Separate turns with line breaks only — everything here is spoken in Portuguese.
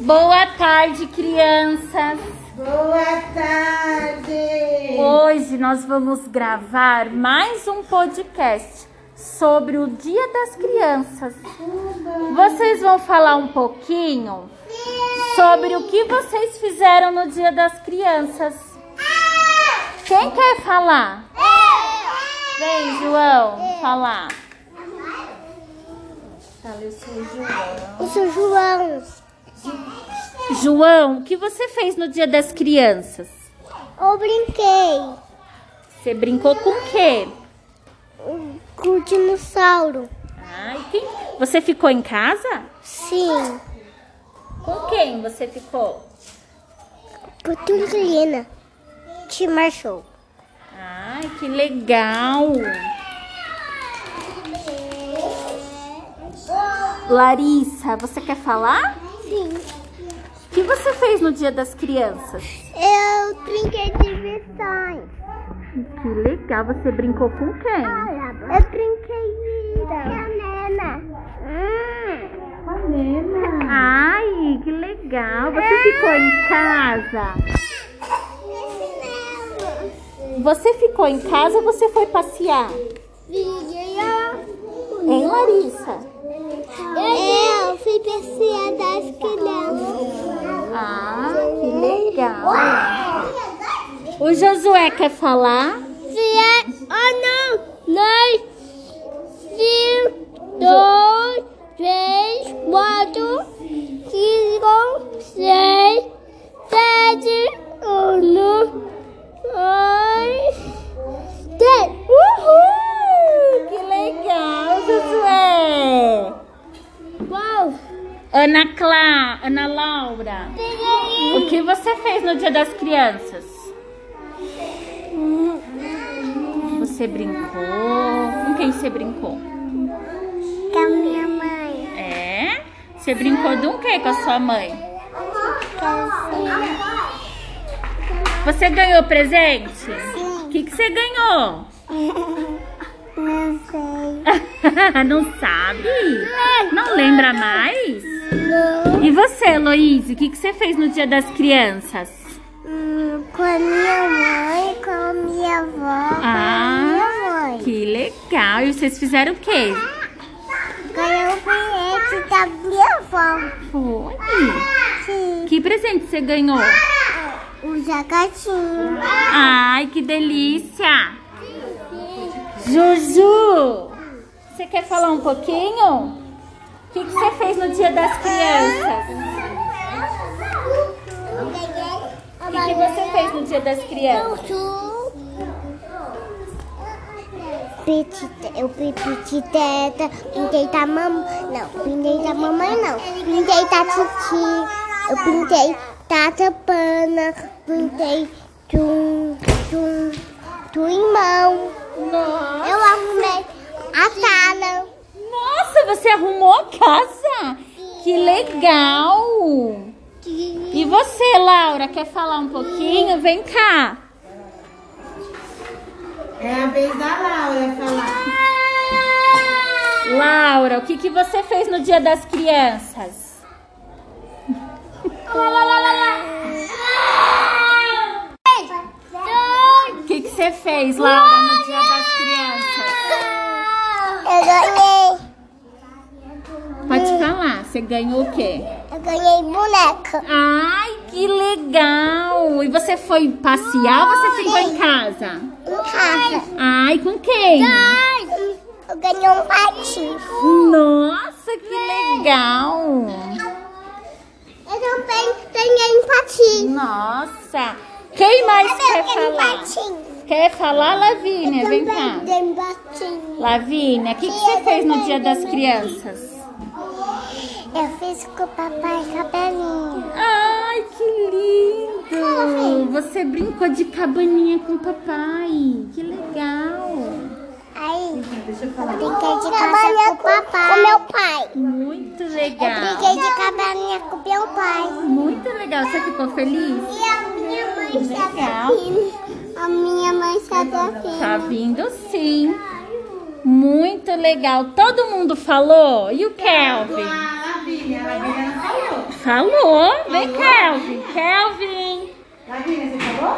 Boa tarde, crianças!
Boa tarde!
Hoje nós vamos gravar mais um podcast sobre o Dia das Crianças. Vocês vão falar um pouquinho sobre o que vocês fizeram no Dia das Crianças. Quem quer falar? Vem, João, falar. Fala, eu sou o João.
Eu sou João.
João, o que você fez no Dia das Crianças?
Eu brinquei
Você brincou com o quê?
com o dinossauro.
Ai, quem... Você ficou em casa?
Sim,
Com quem você ficou?
com Tunzelina. Te marchou.
Ai, que legal! Larissa, você quer falar?
Sim.
O que você fez no Dia das Crianças?
Eu brinquei de versões.
Que legal, você brincou com quem?
Eu brinquei de canela. Hum.
Ai, que legal, você ficou em casa. Você ficou em casa ou você foi passear? Hein, Larissa?
Eu fui passear das crianças.
Ah, que legal. O Josué quer falar?
Vier, oh não, nós, cinco, dois, três, quatro, cinco, seis, sete, um, dois, três.
Uhul! Que legal, Josué!
Uau!
Ana Clá, Ana Laura, o que você fez no Dia das Crianças? Você brincou? Com quem você brincou?
Com a minha mãe.
É? Você brincou de um quê com a sua mãe? Você ganhou presente? O que, que você ganhou?
Não sei.
Não sabe? Não lembra mais?
Não.
E você, Heloísa, o que, que você fez no Dia das Crianças?
Hum, com a minha mãe, com a minha avó, com a minha
Ah,
mãe.
que legal! E vocês fizeram o quê?
Ganhei o presente da minha avó.
Foi?
Sim.
Que presente você ganhou?
O jacatinho.
Ai, que delícia! Juju, você quer falar um pouquinho? O que, que você fez no Dia das Crianças? O que, que você fez no Dia das Crianças?
Petita, eu pedi teta, pintei da mamãe, não, pintei da mamãe não, pintei da titi, eu pintei da tapana, pintei do, do, do irmão,
Nossa,
eu arrumei a sala.
nossa, você arrumou a casa? Que legal! E você, Laura, quer falar um pouquinho? Vem cá!
É a vez da Laura falar.
Laura, o que, que você fez no Dia das Crianças? O que, que você fez, Laura, no Dia das Crianças?
Eu ganhei,
Pode falar, você ganhou o quê?
eu ganhei boneca.
Ai, que legal! E você foi passear ou você ficou em casa?
Em casa.
Ai, com quem?
Eu ganhei um patinho.
Nossa, que legal!
Eu também ganhei um patinho.
Nossa! Quem
É
mais quer falar?
um patinho.
Quer falar, Lavínia? Vem cá.
Também ganhei um patinho.
Lavínia, o que, que você fez no Dia das Crianças?
Eu fiz com o papai cabelinho.
Ai, que lindo! Você brincou de cabaninha com o papai. Que legal!
Aí, eu brinquei de
é
cabaninha com o papai. meu pai.
Muito
Eu
legal!
brinquei de cabaninha com meu pai.
Muito legal! Você ficou feliz?
E a minha mãe
está Legal.
aqui. A minha mãe está aqui.
Tá vindo sim! Muito legal! Todo mundo falou? E o Kelvin?
Maravilha. Lavínia, a Lavínia não falou.
Falou. Vem, Kelvin. Kelvin.
Lavínia, você falou?